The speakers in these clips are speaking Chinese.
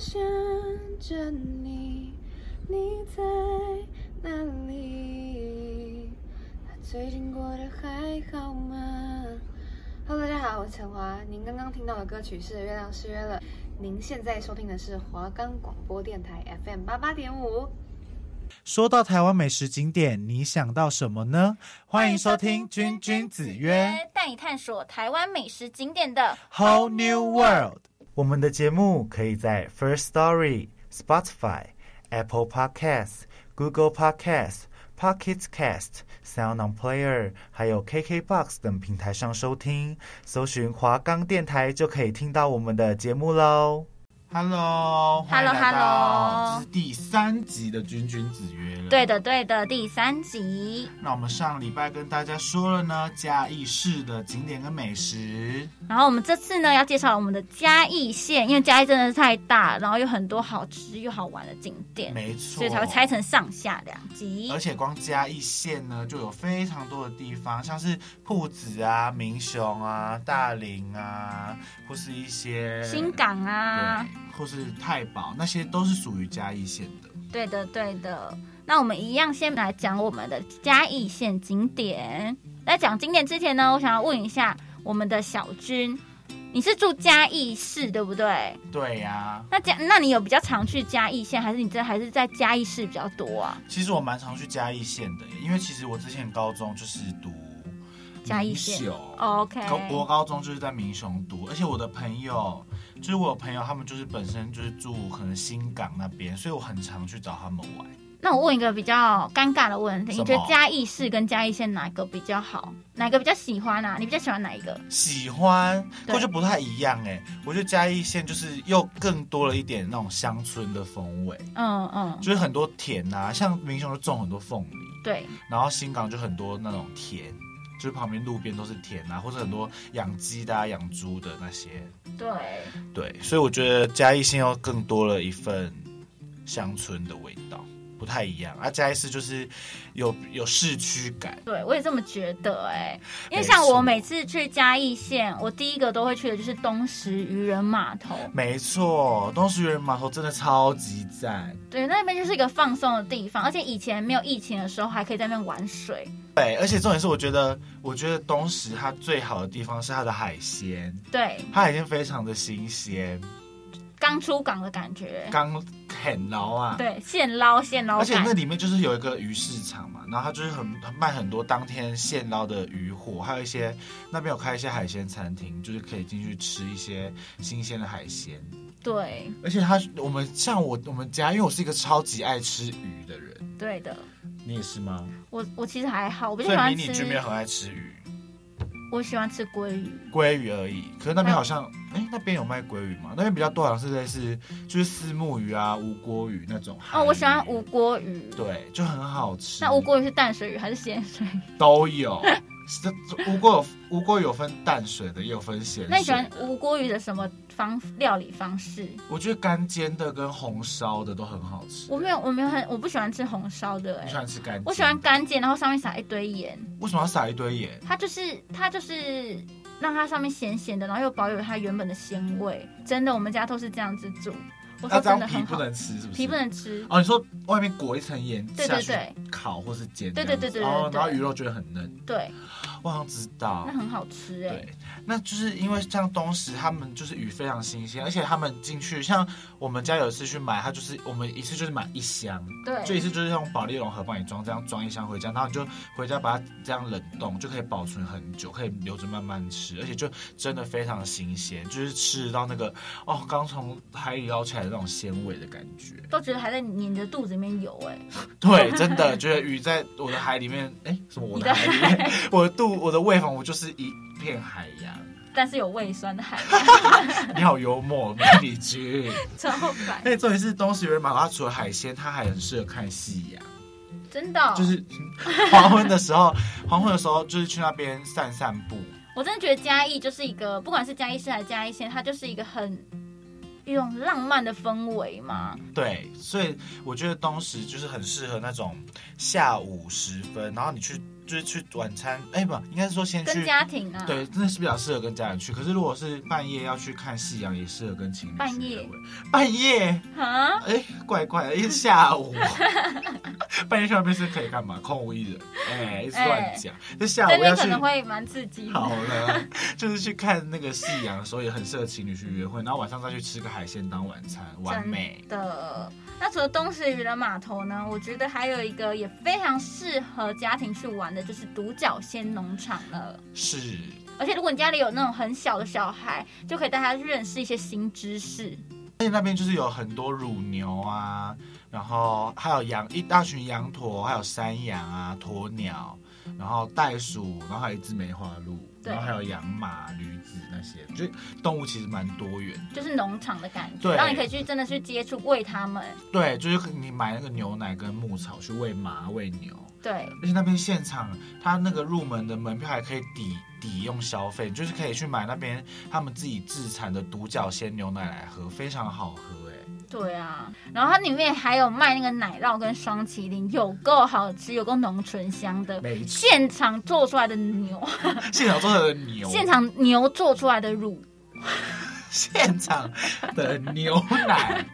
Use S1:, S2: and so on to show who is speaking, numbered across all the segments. S1: 想着你，你在哪里？啊最近过得还好吗？Hello，大家好，我是陈华。您刚刚听到的歌曲是《月亮失约了》，您现在收听的是华冈广播电台 FM 八八点五。
S2: 说到台湾美食景点，你想到什么呢？欢迎收听《君君子约》，
S3: 带你探索台湾美食景点的
S2: Whole New World。
S4: 我们的节目可以在 First Story、Spotify、Apple Podcasts、Google Podcasts、Pocket Cast、Sound On Player，还有 KKBox 等平台上收听，搜寻华冈电台就可以听到我们的节目喽。
S2: Hello，欢迎
S3: Hello，
S2: 来到
S3: Hello
S2: 这是第三集的君君子约了。
S3: 对的，对的，第三集。
S2: 那我们上礼拜跟大家说了呢，嘉义市的景点跟美食。
S3: 然后我们这次呢要介绍我们的嘉义县，因为嘉义真的是太大，然后有很多好吃又好玩的景点，
S2: 没错
S3: 所以才会拆成上下两集
S2: 而。且光嘉义县呢，就有非常多的地方，像是铺子啊、民雄啊、大林啊，或是一些
S3: 新港啊，
S2: 对，或是太保，那些都是属于嘉义县的。
S3: 对的，对的。那我们一样先来讲我们的嘉义县景点。在讲景点之前呢，我想要问一下我们的小军，你是住嘉义市对不对？
S2: 对啊呀、
S3: 那嘉，那你有比较常去嘉义县，还是你这还是在嘉义市比较多啊？
S2: 其实我蛮常去嘉义县的耶，因为其实我之前高中就是读
S3: 嘉义县
S2: 民雄
S3: OK
S2: 高国高中就是在民雄读，而且我的朋友，就是我有朋友，他们就是本身就是住可能新港那边，所以我很常去找他们玩。
S3: 那我问一个比较尴尬的问题，
S2: 什
S3: 你
S2: 么
S3: 觉得嘉义市跟嘉义县哪个比较好？哪个比较喜欢啊？你比较喜欢哪一个？
S2: 喜欢，
S3: 对
S2: 我就不太一样哎，我觉得嘉义县就是又更多了一点那种乡村的风味，
S3: 嗯嗯，
S2: 就是很多田呐、像民雄就种很多凤梨，
S3: 对，
S2: 然后新港就很多那种田，就是旁边路边都是田啊，或者很多养鸡的、啊、养猪的那些。
S3: 对，
S2: 对，所以我觉得嘉义县又更多了一份乡村的味道，不太一样。啊，嘉义市就是有有市区感，
S3: 对，我也这么觉得哎、因
S2: 没
S3: 为像我
S2: 错
S3: 每次去嘉义县，我第一个都会去的就是东石渔人码头，
S2: 没错，东石渔人码头真的超级赞。
S3: 对，那边就是一个放松的地方，而且以前没有疫情的时候还可以在那边玩水，
S2: 对，而且重点是，我觉得，我觉得东石它最好的地方是它的海鲜，
S3: 对，
S2: 它海鲜非常的新鲜，
S3: 刚出港的感觉，
S2: 刚啃牢啊。
S3: 对，现捞现捞
S2: 而且
S3: 感
S2: 那，里面就是有一个鱼市场嘛，然后它就是很卖很多当天现捞的鱼货，还有一些那边有开一些海鲜餐厅，就是可以进去吃一些新鲜的海鲜。
S3: 对
S2: 而且它我们像我我们家，因为我是一个超级爱吃鱼的人，
S3: 对的，
S2: 你也是吗？
S3: 我我其实还好，我比较
S2: 所
S3: 喜
S2: 以迷
S3: 欢
S2: 你君没有
S3: 吃，
S2: 很爱吃鱼，
S3: 我喜欢吃鲑鱼。
S2: 鲑鱼而已。可是
S3: 嗯
S2: 那边好像，哎、那边有卖鲑鱼吗？那边比较多好像是类似就是丝木鱼啊、无锅鱼那种。
S3: 哦，我喜欢无。锅鱼。
S2: 对，就很好吃。
S3: 那无锅鱼是淡水鱼还是咸水鱼？
S2: 都有。 这这无锅有无锅有分淡水的，也有分咸水。
S3: 那你喜欢？无锅鱼的什么方料理方式？
S2: 我觉得干煎的跟红烧的都很好吃。
S3: 我没有，我没有很，我不喜欢吃红烧的、
S2: 你喜
S3: 哎，
S2: 欢吃干煎？
S3: 我喜欢。干煎，然后上面撒一堆盐，
S2: 为什么要撒一堆盐？
S3: 它就是它就是让它上面咸咸的，然后又保有它原本的鲜味。真的，我们家都是这样子煮。我
S2: 那
S3: 说
S2: 这
S3: 真
S2: 样
S3: 的
S2: 皮
S3: 很
S2: 不
S3: 好，
S2: 能吃，是不是？
S3: 皮不。能吃。
S2: 哦，你说外面裹一层盐
S3: 对
S2: 下
S3: 对
S2: 去
S3: 对
S2: 烤或是煎这
S3: 对
S2: 样
S3: 对
S2: 子？
S3: 对对对
S2: 哦，
S3: 对
S2: 然后鱼肉觉得很嫩，
S3: 对，
S2: 我好像知道
S3: 那。很好吃哎、
S2: 对，那就是因为像东石他们就是鱼非常新鲜，而且他们进去像我们家有一次去买，他就是我们一次就是买一箱，
S3: 对
S2: 就一次就是用保利龙盒帮你装，这样装一箱回家，然后你就回家把它这样冷冻，就可以保存很久，可以留着慢慢吃，而且就真的非常新鲜，就是吃到那个哦刚从海里捞起来的那种鲜味的感觉。
S3: 都觉得还在你的肚子里面游哎、
S2: 对，真的觉得鱼在我的海里面，哎、什么我的海里面，我的肚我的胃房我就是一片海洋。
S3: 但是有胃酸的海
S2: 你好幽默，迷你 君。
S3: 超烦，
S2: 而且哎重点是东石渔人码头，它除了海鲜，它还很适合看夕阳。
S3: 真的哦、
S2: 就是 黄昏的时候，黄昏的时候就是去那边散散步。
S3: 我真的觉得嘉义就是一个，不管是嘉义市还是嘉义县，它就是一个很一种浪漫的氛围嘛。
S2: 对，所以我觉得东石就是很适合那种下午时分，然后你去就是去晚餐，哎、不，应该是说先去
S3: 跟家庭啊，
S2: 对，真的是比较适合跟家人去。可是如果是半夜要去看夕阳，也适合跟情侣去。
S3: 半夜
S2: 对不对，半夜，
S3: 啊，
S2: 哎、怪怪的，一是下 午，半夜去那边是可以干嘛？空无一人，哎、一直乱讲。就下
S3: 这
S2: 午要
S3: 边
S2: 去
S3: 可能会蛮刺 激的。
S2: 好了，就是去看那个夕阳的时候，也很适合情侣去约会，然后晚上再去吃个海鲜当晚餐，完美。
S3: 真的。那除了东石娱乐码头呢，我觉得还有一个也非常适合家庭去玩的，就是独角仙农场了。
S2: 是，
S3: 而且如果你家里有那种很小的小孩，就可以带他去认识一些新知识。
S2: 而且那边就是有很多乳牛啊，然后还有羊一大群羊驼，还有山羊啊、鸵鸟，然后袋鼠，然后还有一只梅花鹿，
S3: 对
S2: 然后还有羊马、驴子那些，就是动物其实蛮多元。
S3: 就是农场的感觉，
S2: 对
S3: 让你可以去真的去接触喂它们。
S2: 对，就是你买那个牛奶跟牧草去喂马、喂牛。
S3: 对，
S2: 而且那边现场，它那个入门的门票还可以抵抵用消费，就是可以去买那边他们自己自产的独角仙牛奶来喝，非常好喝哎、
S3: 对啊。然后它里面还有卖那个奶酪跟双麒麟，有够好吃，有够浓醇香的。
S2: 没错，
S3: 现场做出来的牛，
S2: 现场做的牛，
S3: 现场牛做出来的乳，
S2: 现场的牛奶，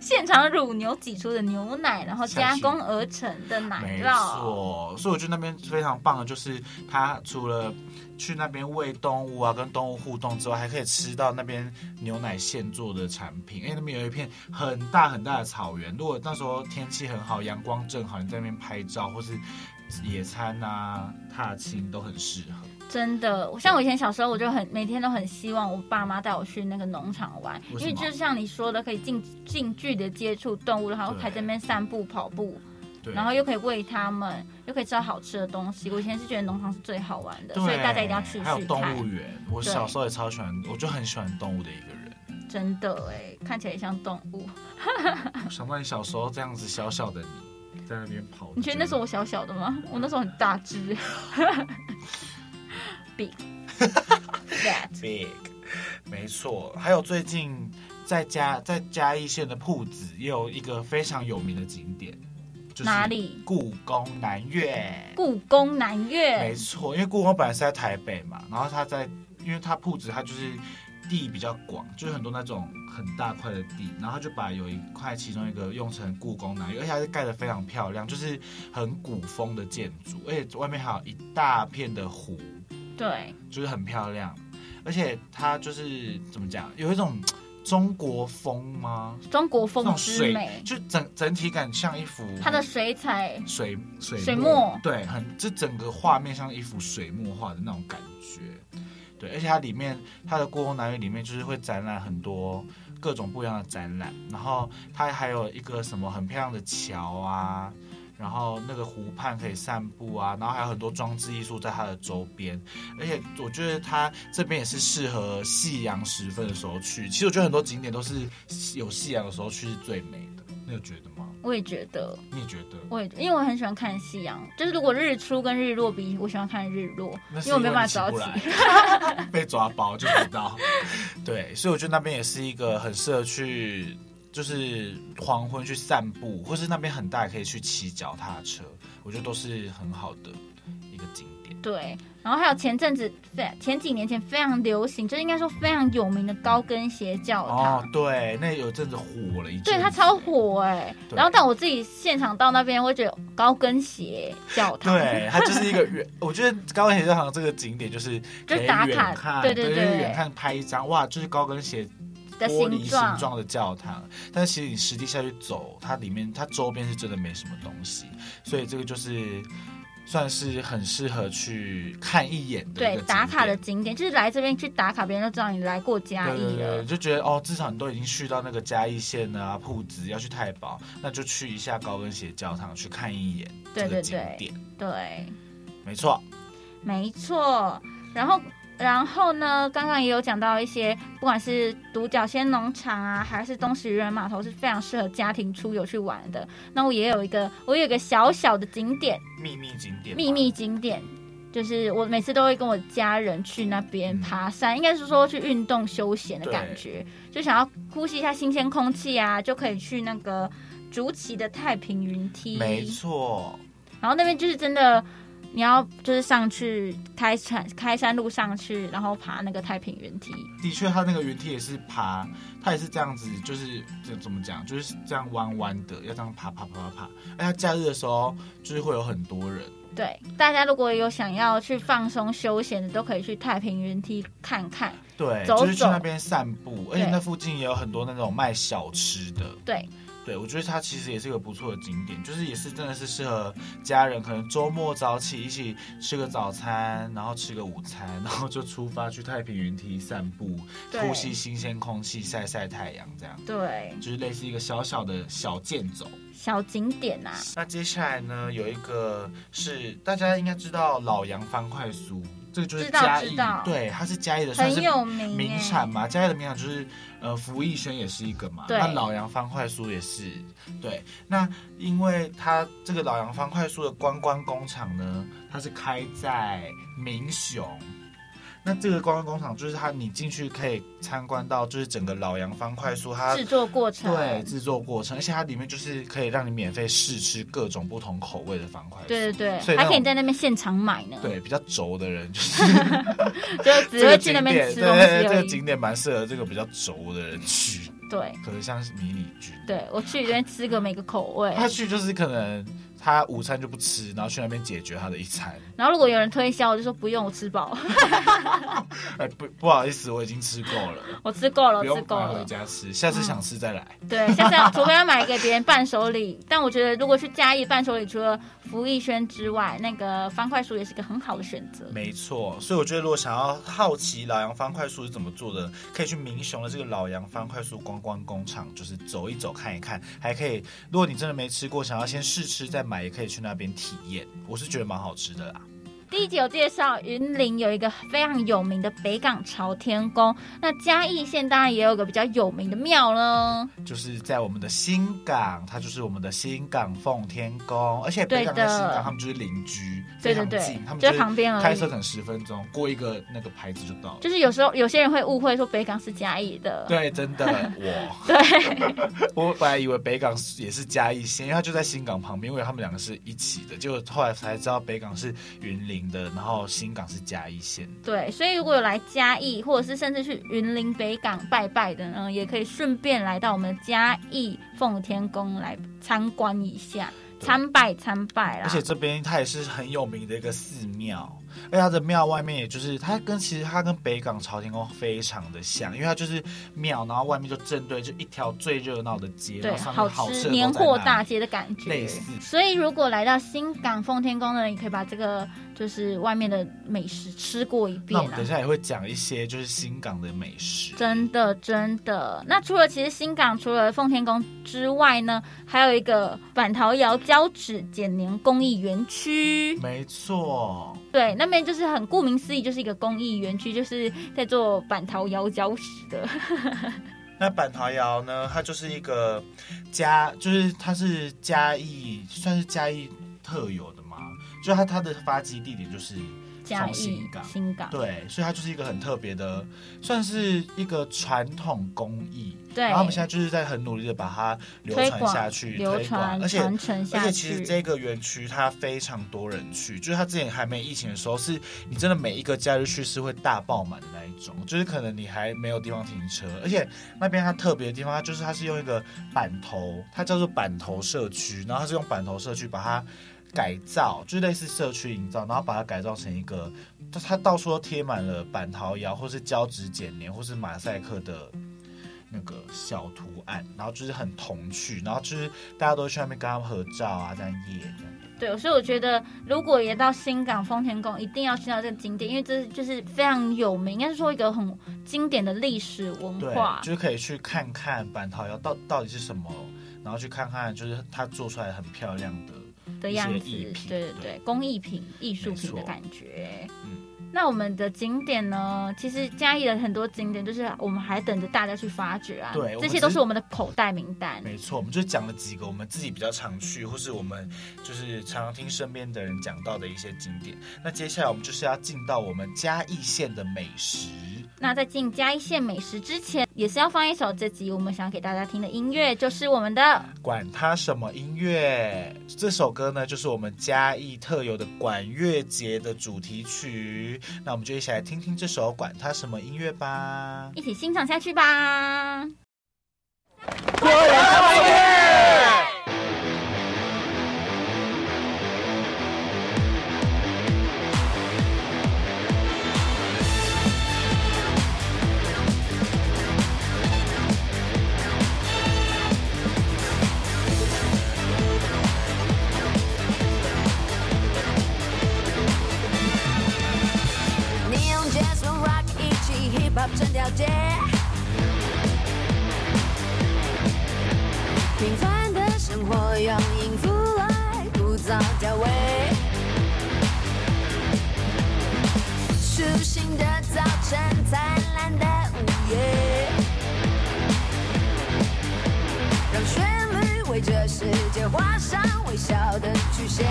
S3: 现场乳牛挤出的牛奶，然后加工而成的奶
S2: 没
S3: 酪。
S2: 错。所以我觉得那边非常棒的就是，它除了去那边喂动物啊，跟动物互动之外，还可以吃到那边牛奶现做的产品。因哎为那边有一片很大很大的草原，如果那时候天气很好，阳光正好，你在那边拍照或是野餐啊、踏青都很适合。
S3: 真的，我像我以前小时候，我就很每天都很希望我爸妈带我去那个农场玩，
S2: 为什
S3: 因
S2: 么
S3: 为就像你说的，可以近近距离的接触动物，然后
S2: 对
S3: 还在那边散步、跑步，
S2: 对，
S3: 然后又可以喂它们，又可以吃到好吃的东西。我以前是觉得农场是最好玩的，
S2: 对，
S3: 所以大家一定要去
S2: 还有
S3: 去
S2: 动物
S3: 看。
S2: 园，我
S3: 对
S2: 小时候也超喜欢，我就很喜欢动物的一个人。
S3: 真的哎，看起来像动物。
S2: 想到你小时候这样子小小的你，在那边跑，
S3: 你觉得那时候我小小的吗？我那时候很大只 ，big fat。
S2: big？没错，还有最近在嘉在嘉义县的铺子也有一个非常有名的景点，就是
S3: 哪里？
S2: 故宫南苑。
S3: 故宫南
S2: 没
S3: 苑，
S2: 错，因为故宫本来是在台北嘛，然后它在，因为它铺子它就是地比较广，就是很多那种很大块的地，然后它就把有一块其中一个用成故宫南苑，而且它是盖得非常漂亮，就是很古风的建筑，而且外面还有一大片的湖，
S3: 对，
S2: 就是很漂亮，而且它就是怎么讲，有一种中国风吗？
S3: 中国
S2: 那
S3: 风
S2: 种
S3: 之
S2: 水
S3: 美，
S2: 就整整体感像一幅
S3: 它的水彩
S2: 水水
S3: 水墨
S2: 墨，对，很这整个画面像一幅水墨画的那种感觉，对，而且它里面它的故宫南园里面就是会展览很多各种不一样的展览，然后它还有一个什么很漂亮的桥啊。然后那个湖畔可以散步啊，然后还有很多装置艺术在它的周边，而且我觉得它这边也是适合夕阳时分的时候去。其实我觉得很多景点都是有夕阳的时候去是最美的，你有觉得吗？
S3: 我也觉得，
S2: 你也觉得？
S3: 我也因为我很喜欢看夕阳，就是如果日出跟日落比，我喜欢看日落，
S2: 那是
S3: 因为我没办法早
S2: 因为你起
S3: 起。
S2: 不来， 被抓包就知道。对，所以我觉得那边也是一个很适合去，就是黄昏去散步，或是那边很大也可以去骑脚踏车，我觉得都是很好的一个景点。
S3: 对，然后还有前阵子非前几年前非常流行，就是应该说非常有名的高跟鞋教堂。
S2: 哦，对，那有阵子火了一阵子，
S3: 对它超火哎、
S2: 对
S3: 然后但我自己现场到那边，我会觉得高跟鞋教堂，
S2: 对，它就是一个远，我觉得高跟鞋教堂这个景点就是可
S3: 就是
S2: 以
S3: 打
S2: 远
S3: 卡
S2: 看，
S3: 对对
S2: 对
S3: 对
S2: 就是远看拍一张，哇，就是高跟鞋
S3: 的
S2: 玻璃
S3: 形状
S2: 形，状的教堂，但其实你实地下去走，它里面它周边是真的没什么东西，所以这个就是算是很适合去看一眼的一
S3: 对
S2: 个景点
S3: 打卡的景点，就是来这边去打卡，别人就知道你来过嘉
S2: 对对
S3: 义
S2: 对，
S3: 了。
S2: 就觉得哦，至少你都已经去到那个嘉义县啊、铺子，要去太保，那就去一下高跟鞋教堂去看一眼
S3: 对
S2: 这个
S3: 对
S2: 景
S3: 对
S2: 点，
S3: 对，
S2: 没错，
S3: 没错。然后，然后呢，刚刚也有讲到一些，不管是独角仙农场啊，还是东石渔人码头，是非常适合家庭出游去玩的。那我也有一个，我有一个小小的景点，
S2: 秘密景点，
S3: 秘密，景点。就是我每次都会跟我家人去那边
S2: 嗯
S3: 爬山，应该是说去运动休闲的感觉，就想要呼吸一下新鲜空气啊，就可以去那个竹崎的太平云梯。
S2: 没错，
S3: 然后那边就是真的，你要就是上去开山开山路上去，然后爬那个太平云梯。
S2: 的确，它那个云梯也是爬，它也是这样子，就是这怎么讲，就是这样弯弯的，要这样爬爬爬爬爬。哎，它假日的时候就是会有很多人，
S3: 对，大家如果有想要去放松休闲的，都可以去太平云梯看看。
S2: 对，
S3: 走
S2: 就是去
S3: 走
S2: 那边散步，而且那附近也有很多那种卖小吃的。
S3: 对，
S2: 对，我觉得它其实也是一个不错的景点，就是也是真的是适合家人，可能周末早起一起吃个早餐，然后吃个午餐，然后就出发去太平云梯散步，
S3: 对
S2: 呼吸新鲜空气，晒晒太阳，这样
S3: 对，
S2: 就是类似一个小小的小健走。
S3: 小景点啊，
S2: 那接下来呢，有一个是大家应该知道老杨方块酥，这个就是
S3: 知道
S2: 嘉
S3: 知
S2: 义
S3: 道，
S2: 对，它是嘉义的，算
S3: 很
S2: 是
S3: 有名、欸，
S2: 名产嘛，嘉义的名产就是呃福义轩也是一个嘛，
S3: 对
S2: 那老杨方块酥也是对。那因为它这个老杨方块酥的观光工厂呢，它是开在民雄。那这个观光工厂就是它，你进去可以参观到，就是整个老杨方块酥它
S3: 制作过程。
S2: 对制作过程，而且它里面就是可以让你免费试吃各种不同口味的方块酥。
S3: 对对
S2: 所
S3: 对，
S2: 以那
S3: 还
S2: 种
S3: 可以在那边现场买呢，
S2: 对，比较轴的人就是
S3: 就只会去那边吃
S2: 这
S3: 东
S2: 个景点对这
S3: 西而
S2: 个
S3: 已。
S2: 景点蛮适合这个比较轴的人去，
S3: 对
S2: 可能像是迷你剧。
S3: 对，我去里面吃个每个口味，
S2: 他去就是可能他午餐就不吃，然后去那边解决他的一餐。
S3: 然后如果有人推销，我就说不用，我吃饱，
S2: 哎，不不好意思，我已经吃够了，
S3: 我吃够
S2: 不
S3: 了，我哦吃
S2: 用嗯
S3: 够
S2: 买回
S3: 了。嗯
S2: 家吃，下次想吃再来。
S3: 对，下次要除非要买给别人伴手礼，但我觉得如果去嘉义伴手礼，除了福艺轩之外，那个方块酥也是个很好的选择。
S2: 没错，所以我觉得如果想要好奇老杨方块酥是怎么做的，可以去民雄的这个老杨方块酥观光工厂，就是走一走看一看，还可以，如果你真的没吃过，想要先试吃再买，也可以去那边体验。我是觉得蛮好吃的啦。
S3: 第一集有介绍，云林有一个非常有名的北港朝天宫，那嘉义县当然也有个比较有名的庙呢。
S2: 就是在我们的新港，它就是我们的新港奉天宫，而且北港
S3: 对
S2: 跟
S3: 的
S2: 新港他们就是邻居，
S3: 对
S2: 非
S3: 对
S2: 常
S3: 对
S2: 近，他，们
S3: 就
S2: 就
S3: 在旁
S2: 是
S3: 边而已。
S2: 开车可能十分钟，过一个那个牌子就到了。
S3: 就是有时候有些人会误会说北港是嘉义的，
S2: 对，真的，我
S3: 对
S2: 我本来以为北港也是嘉义县，因为它就在新港旁边，我以为他们两个是一起的，结果后来才知道北港是云林的，然后新港是嘉义县。
S3: 对所以如果有来嘉义，或者是甚至去云林北港拜拜的呢，也可以顺便来到我们的嘉义奉天宫来参观一下，
S2: 对
S3: 参拜参拜啦。
S2: 而且这边它也是很有名的一个寺庙，而且它的庙外面也就是它跟其实它跟北港朝天宫非常的像，因为它就是庙，然后外面就正对就一条最热闹的街，然
S3: 对，
S2: 后上面好吃
S3: 吃
S2: 的
S3: 年
S2: 都在那
S3: 货
S2: 里
S3: 大街的感觉
S2: 类似。
S3: 所以如果来到新港奉天宫呢，你可以把这个就是外面的美食吃过一遍
S2: 那我们
S3: 啊
S2: 等一。下也会讲一些就是新港的美食，
S3: 真的真的。那除了其实新港除了奉天宫之外呢，还有一个板桃窑胶纸剪黏工艺园区。
S2: 没错，
S3: 对，那边就是很顾名思义，就是一个工艺园区，就是在做板桃窑胶纸的。
S2: 那板桃窑呢，它就是一个嘉，就是它是嘉义，算是嘉义特有的嘛，就它它的发迹地点就是
S3: 嘉义
S2: 新港
S3: 新港，
S2: 对，所以它就是一个很特别的，算是一个传统工艺。
S3: 对
S2: 然后我们现在就是在很努力的把它流
S3: 推
S2: 传
S3: 广
S2: 下去，
S3: 流
S2: 推
S3: 传
S2: 广，而且
S3: 传承
S2: 而
S3: 下
S2: 且其实
S3: 去。
S2: 这个园区它非常多人去，就是它之前还没疫情的时候，是你真的每一个假日去是会大爆满的那一种，就是可能你还没有地方停车，而且那边它特别的地方，它就是它是用一个板头，它叫做板头社区，然后它是用板头社区把它。改造就是类似社区营造，然后把它改造成一个，它它到处都贴满了板桃窑，或是胶质剪黏，或是马赛克的那个小图案，然后就是很童趣，然后就是大家都去那边跟他们合照啊，这样耶这样。
S3: 对，所以我觉得如果也到新港丰田宫，一定要去到这个景点，因为这是就是非常有名，应该是说一个很经典的历史文
S2: 对
S3: 化，。
S2: 就是可以去看看板桃窑到到底是什么，然后去看看就是它做出来很漂亮的。
S3: 的
S2: 一
S3: 样
S2: 些
S3: 子，
S2: 艺
S3: 对
S2: 品
S3: 对
S2: 对
S3: 对，工艺品、艺术
S2: 没
S3: 品的
S2: 错
S3: 感觉。
S2: 嗯
S3: 那我们的景点呢？其实嘉义的很多景点，就是我们还等着大家去发掘啊。
S2: 对我
S3: 这
S2: 们
S3: 些
S2: 只
S3: 都是
S2: 是
S3: 我们的口袋名单。
S2: 没错，我们就讲了几个我们自己比较常去，或是我们就是常常听身边的人讲到的一些景点。那接下来我们就是要进到我们嘉义县的美食。
S3: 那在进嘉义县美食之前，也是要放一首这集我们想给大家听的音乐，就是我们的
S2: 管它什么音乐，这首歌呢就是我们嘉义特有的管乐节的主题曲。那我们就一起来听听这首《管它什么音乐》吧。
S3: 一起欣赏下去吧。
S5: Neon Jazz Long Rock 一起 Hip Hop 整条街。平凡的生活用音符来鼓噪调味，舒心的早晨，灿烂的午夜，让旋律为这世界画上微笑的曲线。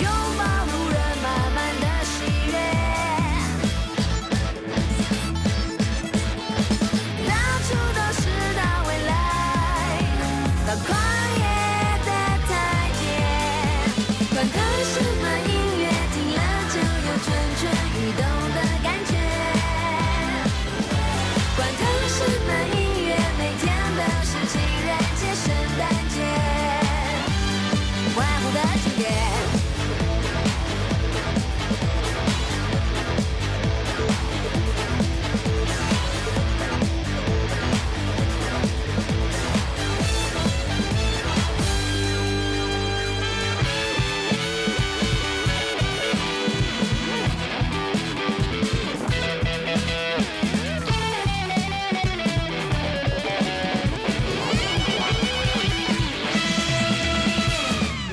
S5: 拥抱路人，满满的喜悦。到处都是大未来，到旷野的台阶。管它什么音乐，听了就有蠢蠢欲动的感觉。管它什么音乐，每天都是情人节、圣诞节，欢呼的庆典。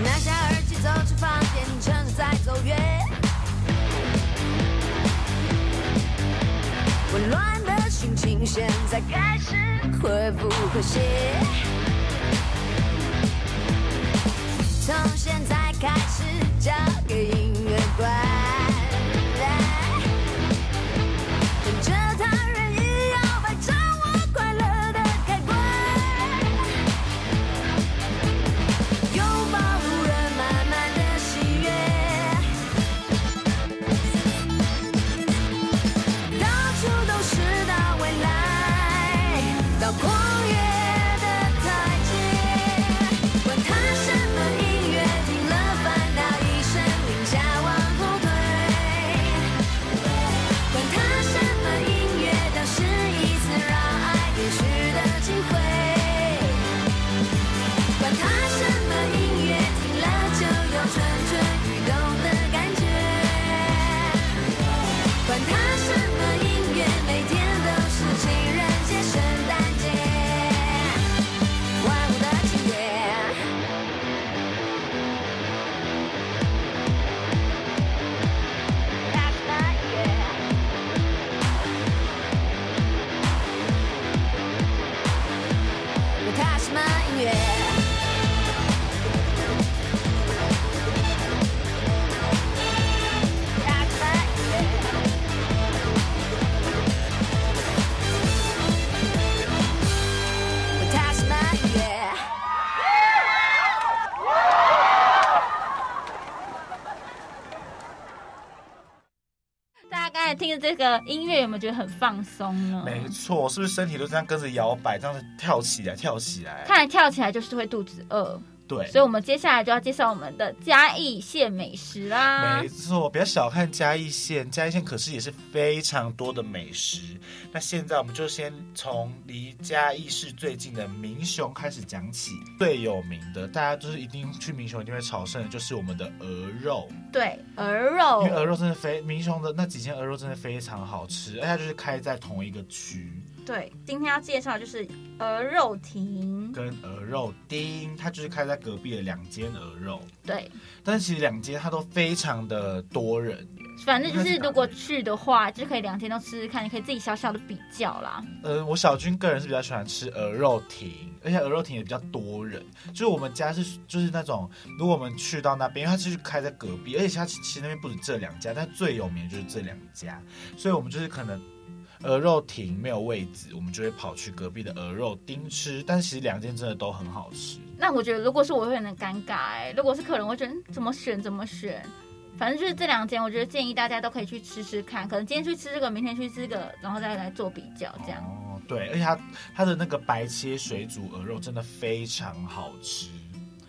S5: 拿下耳机，走出房间，趁着在奏乐。混乱的心情现在开始恢复和谐。从现在开始，交给音乐管。跟着他人一摇摆，掌握快乐的开关。拥抱路人满满的喜悦，到处都是大未来，到旷野的台阶。管它什么音乐，听了烦恼一声令下往后退。管它什么音乐，当是一次让爱延续的机会。管它什么音乐，听了就有蠢蠢欲动的感觉。管它什么音乐，每天都是情人节、圣诞节，万物的庆典。That's not yeah. 管它什么音乐。
S3: 大家刚才听的这个音乐有没有觉得很放松呢？
S2: 没错，是不是身体都这样跟着摇摆，这样子跳起来，跳起来？
S3: 看来跳起来就是会肚子饿，
S2: 对，
S3: 所以我们接下来就要介绍我们的嘉义县美食啦
S2: 没。错，不要小看嘉义县，嘉义县可是也是非常多的美食。那现在我们就先从离嘉义市最近的民雄开始讲起，最有名的，大家就是一定去民雄一定会朝圣的，就是我们的鹅肉，
S3: 对，鹅
S2: 因
S3: 肉
S2: 为鹅肉真的非民雄的那几间鹅肉真的非常好吃，而且它就是开在同一个区，
S3: 对，今天要介绍就是鹅肉亭，
S2: 跟鹅肉丁，它就是开在隔壁的两间鹅肉，
S3: 对，
S2: 但其实两间它都非常的多人。
S3: 反正就是如果去的话，就可以两天都吃吃看，你可以自己小小的比较啦。
S2: 呃，我小军个人是比较喜欢吃鹅肉亭，而且鹅肉亭也比较多人。就是我们家是就是那种，如果我们去到那边，因为它就是开在隔壁，而且它其其实那边不止这两家，但最有名的就是这两家，所以我们就是可能。鹅肉亭没有位置，我们就会跑去隔壁的鹅肉丁吃。但其实两间真的都很好吃。
S3: 那我觉得如果是我会很尴尬哎、如果是客人，我会觉得嗯怎么选怎么选。反正就是这两间，我觉得建议大家都可以去吃吃看，可能今天去吃这个，明天去吃这个，然后再来做比较这样。
S2: 哦，对，而且它它的那个白切水煮鹅肉真的非常好吃，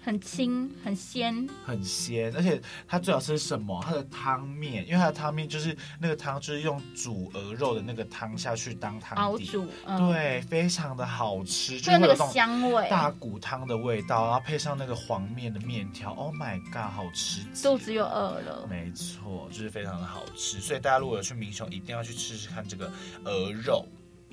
S3: 很清很鲜，
S2: 很鲜，而且它最好吃是什么？它的汤面，因为它的汤面就是那个汤就是用煮鹅肉的那个汤下去当汤
S3: 熬
S2: 底，
S3: 煮，嗯，
S2: 对，非常的好吃，就
S3: 就是
S2: 会
S3: 有那
S2: 有
S3: 个
S2: 种
S3: 香味，
S2: 大骨汤的味道，然后配上那个黄面的面条，Oh my god，好吃极
S3: 肚子又饿了。
S2: 没错，就是非常的好吃，所以大家如果有去民雄，一定要去吃吃看这个鹅肉。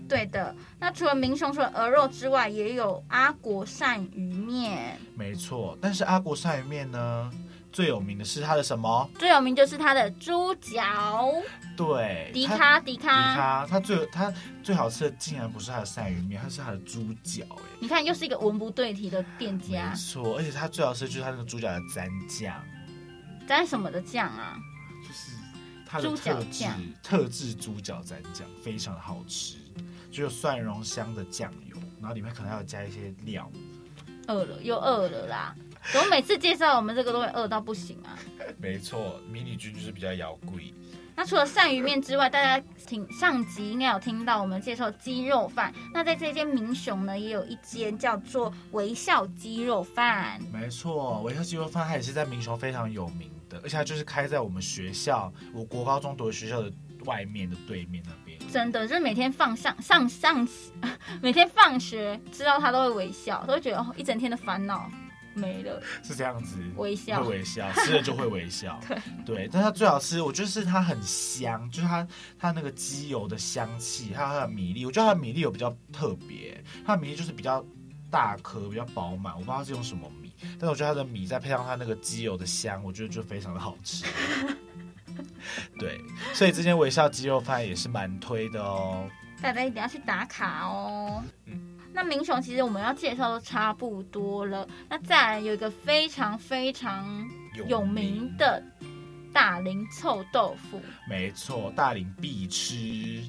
S3: 对的，那除了民雄除了鹅肉之外，也有阿国鳝鱼面，
S2: 没错，但是阿国鳝鱼面呢，最有名的是它的什么？
S3: 最有名就是它的猪脚，
S2: 对，
S3: 迪
S2: 它
S3: 卡
S2: 迪
S3: 迪卡。
S2: 卡，它最它最好吃的竟然不是它的鳝鱼面，它是它的猪脚哎。
S3: 你看，又是一个文不对题的店家
S2: 没，错，而且它最好吃的就是它那个猪脚的蘸酱，
S3: 沾什么的酱啊？
S2: 就是它的
S3: 猪脚
S2: 特制
S3: 酱
S2: 特制猪脚蘸酱，非常的好吃，就有蒜蓉香的酱油，然后里面可能还有加一些料。
S3: 饿了又饿了啦！怎么每次介绍我们这个都会饿到不行啊？
S2: 没错，迷你君就是比较摇贵。
S3: 那除了鳝鱼面之外，大家听上集应该有听到我们介绍鸡肉饭。那在这间民雄呢，也有一间叫做微笑鸡肉饭。
S2: 没错，微笑鸡肉饭它也是在民雄非常有名的，而且它就是开在我们学校，我国高中读的学校的外面的对面那边。
S3: 真的，就是每天放上上上，每天放学知道他都会微笑，都会觉得哦，一整天的烦恼没了，
S2: 是这样子，
S3: 微笑
S2: 会微 笑，吃了就会微笑。
S3: 对
S2: 对，但它最好吃，我觉得是它很香，就是它它那个鸡油的香气，还有它的米粒，我觉得它的米粒有比较特别，它的米粒就是比较大颗，比较饱满，我不知道它是用什么米，但是我觉得它的米再配上它那个鸡油的香，我觉得就非常的好 吃。对，所以这间微笑鸡肉饭也是蛮推的哦。
S3: 大家一定要去打卡哦。那民雄其实我们要介绍都差不多了，那再来有一个非常非常有名的大林臭豆腐，
S2: 没错，大林必吃。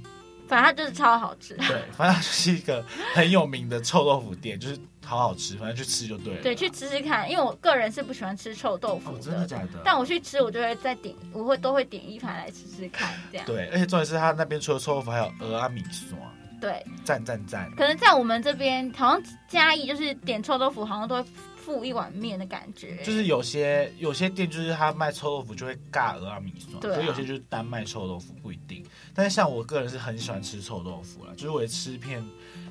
S3: 反正它就是超好吃。
S2: 对，反正它就是一个很有名的臭豆腐店，就是好好吃，反正去吃就对了。
S3: 对，去吃吃看，因为我个人是不喜欢吃臭豆腐
S2: 哦，真的假的？
S3: 但我去吃，我就会再点，我会都会点一盘来吃吃看，这样
S2: 对，而且重点是他那边除了臭豆腐，还有鹅啊阿米酸，
S3: 对。
S2: 赞赞赞！
S3: 可能在我们这边，好像嘉义就是点臭豆腐，好像都会附一碗面的感觉。
S2: 就是有些有些店就是他卖臭豆腐就会尬鹅阿米酸，
S3: 对啊
S2: 所以有些就是单卖臭豆腐不一定。但是像我个人是很喜欢吃臭豆腐啦，就是我也吃遍，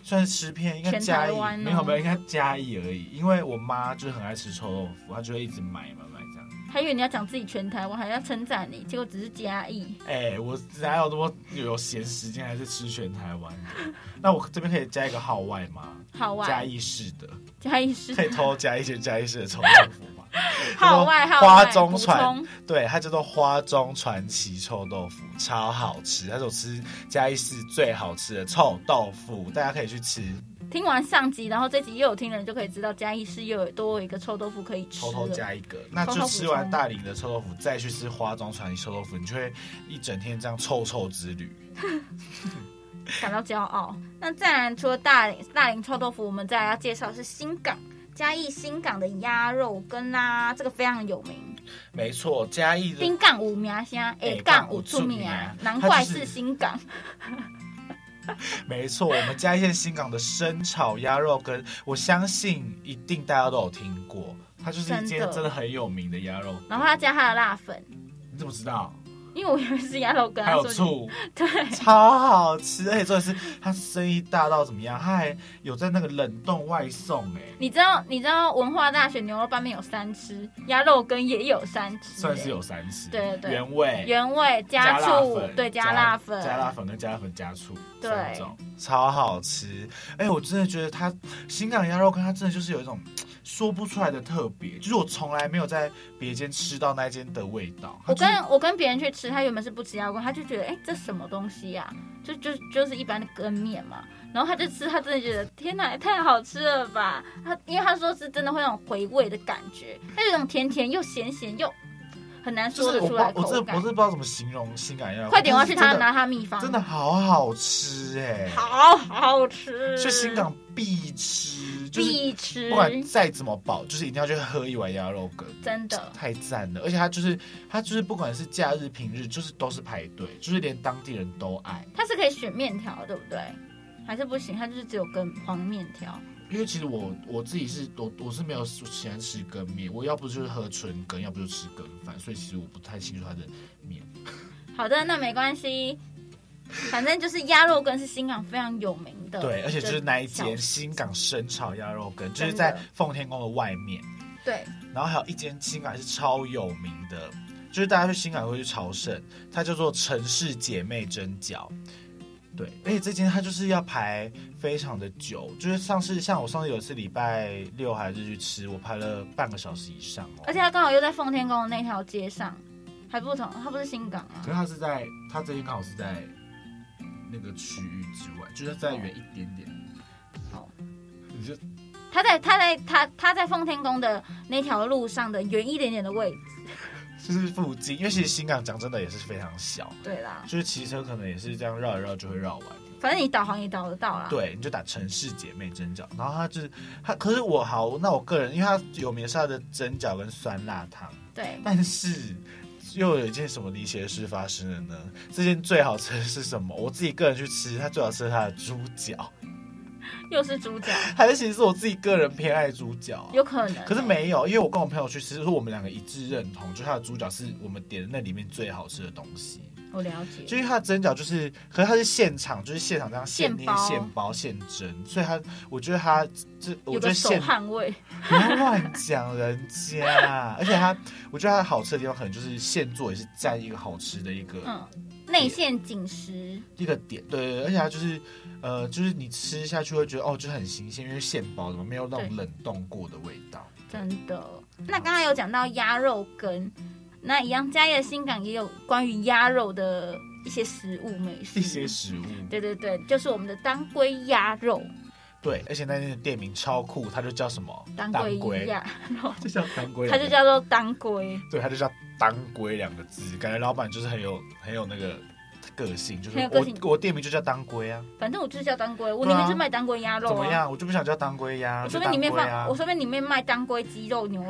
S2: 算是吃遍应该
S3: 全
S2: 嘉
S3: 台
S2: 义、
S3: 湾哦
S2: 没有没有应该嘉义而已，因为我妈就是很爱吃臭豆腐，她就会一直买买买这样。
S3: 还以为你要讲自己全台湾，还要称赞你，结果只是嘉义。
S2: 哎、我哪有那么有闲时间还是吃全台湾的？ 那我这边可以加一个号外吗？
S3: 号外
S2: 嘉义市的，
S3: 嘉义市
S2: 可以偷加一些加一些的臭豆腐吗？
S3: 号外
S2: 叫做花
S3: 号外
S2: 中
S3: 补
S2: 传
S3: 充，
S2: 对，它叫做花中传奇臭豆腐，超好吃，它是我吃嘉义市最好吃的臭豆腐，大家可以去吃，
S3: 听完上集，然后这集又有听的人就可以知道嘉义市又有多一个臭豆腐可以吃
S2: 偷偷
S3: 了。
S2: 加一个。那就吃完大理的臭豆腐，再去吃花中传奇臭豆腐，你就会一整天这样臭臭之旅。
S3: 感到骄傲。那再然，除了大林大林臭豆腐，我们再来要介绍的是新港嘉义新港的鸭肉羹啦、这个非常有名。
S2: 没错，嘉义的
S3: 新港有名啊声，
S2: 哎
S3: 下哎港有出名啊，难怪是新港。
S2: 没错，我们嘉义县新港的生炒鸭肉羹，我相信一定大家都有听过，它就是一间
S3: 真的
S2: 真的很有名的鸭肉羹。
S3: 然后他加他的辣粉，
S2: 你怎么知道？
S3: 因为我有一次丫头跟
S2: 还
S3: 他
S2: 有
S3: 说，
S2: 醋，
S3: 对，
S2: 超好吃，而且重点是它生意大到怎么样，它还有在那个冷冻外送哎、
S3: 你知道你知道文化大学牛肉拌面有三吃，鸭肉羹也有三吃、
S2: 算是有三吃，
S3: 对对
S2: 原味。
S3: 原味加
S2: 辣
S3: 醋，
S2: 粉
S3: 对，
S2: 加
S3: 加辣粉，
S2: 加辣粉跟加辣粉加醋，
S3: 对
S2: 三种超好吃。哎、我真的觉得它新港鸭肉羹，它真的就是有一种嘖说不出来的特别，就是我从来没有在别间吃到那间的味道。它
S3: 我
S2: 就是
S3: 跟我跟别人去吃，他原本是不吃腰锅，他就觉得哎、诶这什么东西呀、就就就是一般的羹面嘛。然后他就吃，他真的觉得天哪，也太好吃了吧！他因为他说是真的会有那种回味的感觉，它有一种甜甜又咸咸又很难
S2: 就
S3: 说
S2: 是
S3: 得
S2: 我
S3: 出
S2: 不
S3: 来
S2: 我
S3: 的
S2: 真的
S3: 口
S2: 我真的
S3: 感
S2: 不。知道怎么形容新港鸭肉羹，
S3: 快点，我要
S2: 但
S3: 去
S2: 是
S3: 他
S2: 真的
S3: 拿他秘方，
S2: 真的好好吃哎、
S3: 好好吃，
S2: 去新港必吃，就是
S3: 必吃
S2: 不，管再怎么饱，就是一定要去喝一碗鸭肉羹，
S3: 真的。
S2: 太赞了！而且它就是它就是不管是假日平日，就是都是排队，就是连当地人都爱。
S3: 它是可以选面条，对不对？还是不行？它就是只有跟黄面条。
S2: 因为其实我我自己是我我是没有喜欢吃羹面，我要不就是喝纯羹，要不就吃羹饭，所以其实我不太清楚它的面。
S3: 好的，那没关系，反正就是鸭肉羹是新港非常有名的。
S2: 对，而且就是那一间
S3: 小
S2: 新港生炒鸭肉羹，就是
S3: 真的
S2: 在奉天宫的外面。
S3: 对，
S2: 然后还有一间新港是超有名的，就是大家去新港会去朝圣，它叫做城市姐妹蒸饺。对，而且这间它就是要排非常的久，就是上次像我上次有一次礼拜六还是去吃，我排了半个小时以上哦。
S3: 而且它刚好又在奉天宫的那条街上，还不同，它不是新港啊
S2: 可是。它是在它这间刚好是在那个区域之外，就是再远一点点。
S3: 好，
S2: 你就
S3: 它在它在它它在奉天宫的那条路上的远一点点的位置。
S2: 就是附近，因为其实新港讲真的也是非常小，
S3: 对啦，
S2: 就是骑车可能也是这样绕一绕就会绕完。
S3: 反正你导航也导得到啦。，
S2: 对，你就打城市姐妹蒸饺，然后它就是它，可是我好，那我个人，因为它有名是它的蒸饺跟酸辣汤，
S3: 对，
S2: 但是又有一件什么离奇的事发生了呢？这件最好吃的是什么？我自己个人去吃，它最好吃是它的猪脚，
S3: 又是主角，
S2: 还是其实是我自己个人偏爱猪脚啊、
S3: 有可能。
S2: 可是，没有，因为我跟我朋友去吃，就是我们两个一致认同，就是它的猪脚是我们点的那里面最好吃的东西。
S3: 我了解。
S2: 就是它的蒸饺，就是，可是它是现场，就是现场这样现捏
S3: 现、包
S2: 现包、现蒸，所以它，我觉得它这，我
S3: 有
S2: 觉
S3: 个
S2: 得
S3: 手
S2: 现
S3: 汗味，
S2: 不要乱讲人家，而且它，我觉得它好吃的地方可能就是现做也是占一个好吃的一个、
S3: 嗯，内馅紧实，
S2: 一个点，对对对，而且它就是，呃，就是你吃下去会觉得哦，就很新鲜，因为现包的嘛，没有那种
S3: 对
S2: 冷冻过的味道。
S3: 真的。那刚刚有讲到鸭肉羹，那一样嘉义的新港也有关于鸭肉的一些食物美食。
S2: 一些食物，
S3: 对对对，就是我们的当归鸭肉，
S2: 对，而且那间的店名超酷，它就叫什么？
S3: 当归鸭肉，
S2: 就叫当归，
S3: 它就叫做当归，
S2: 对，它就叫当归两个字，感觉老板就是很有很有那个个性，就是
S3: 很有个性
S2: 我我店名就叫当归啊，
S3: 反正我就是叫当归，我
S2: 对啊
S3: 里面就卖当归鸭肉、
S2: 怎
S3: 啊。
S2: 么？样？我就不想叫当归呀、
S3: 我
S2: 就
S3: 说不定里面
S2: 当归
S3: 放，
S2: 啊
S3: 我说不定里面卖当归鸡肉牛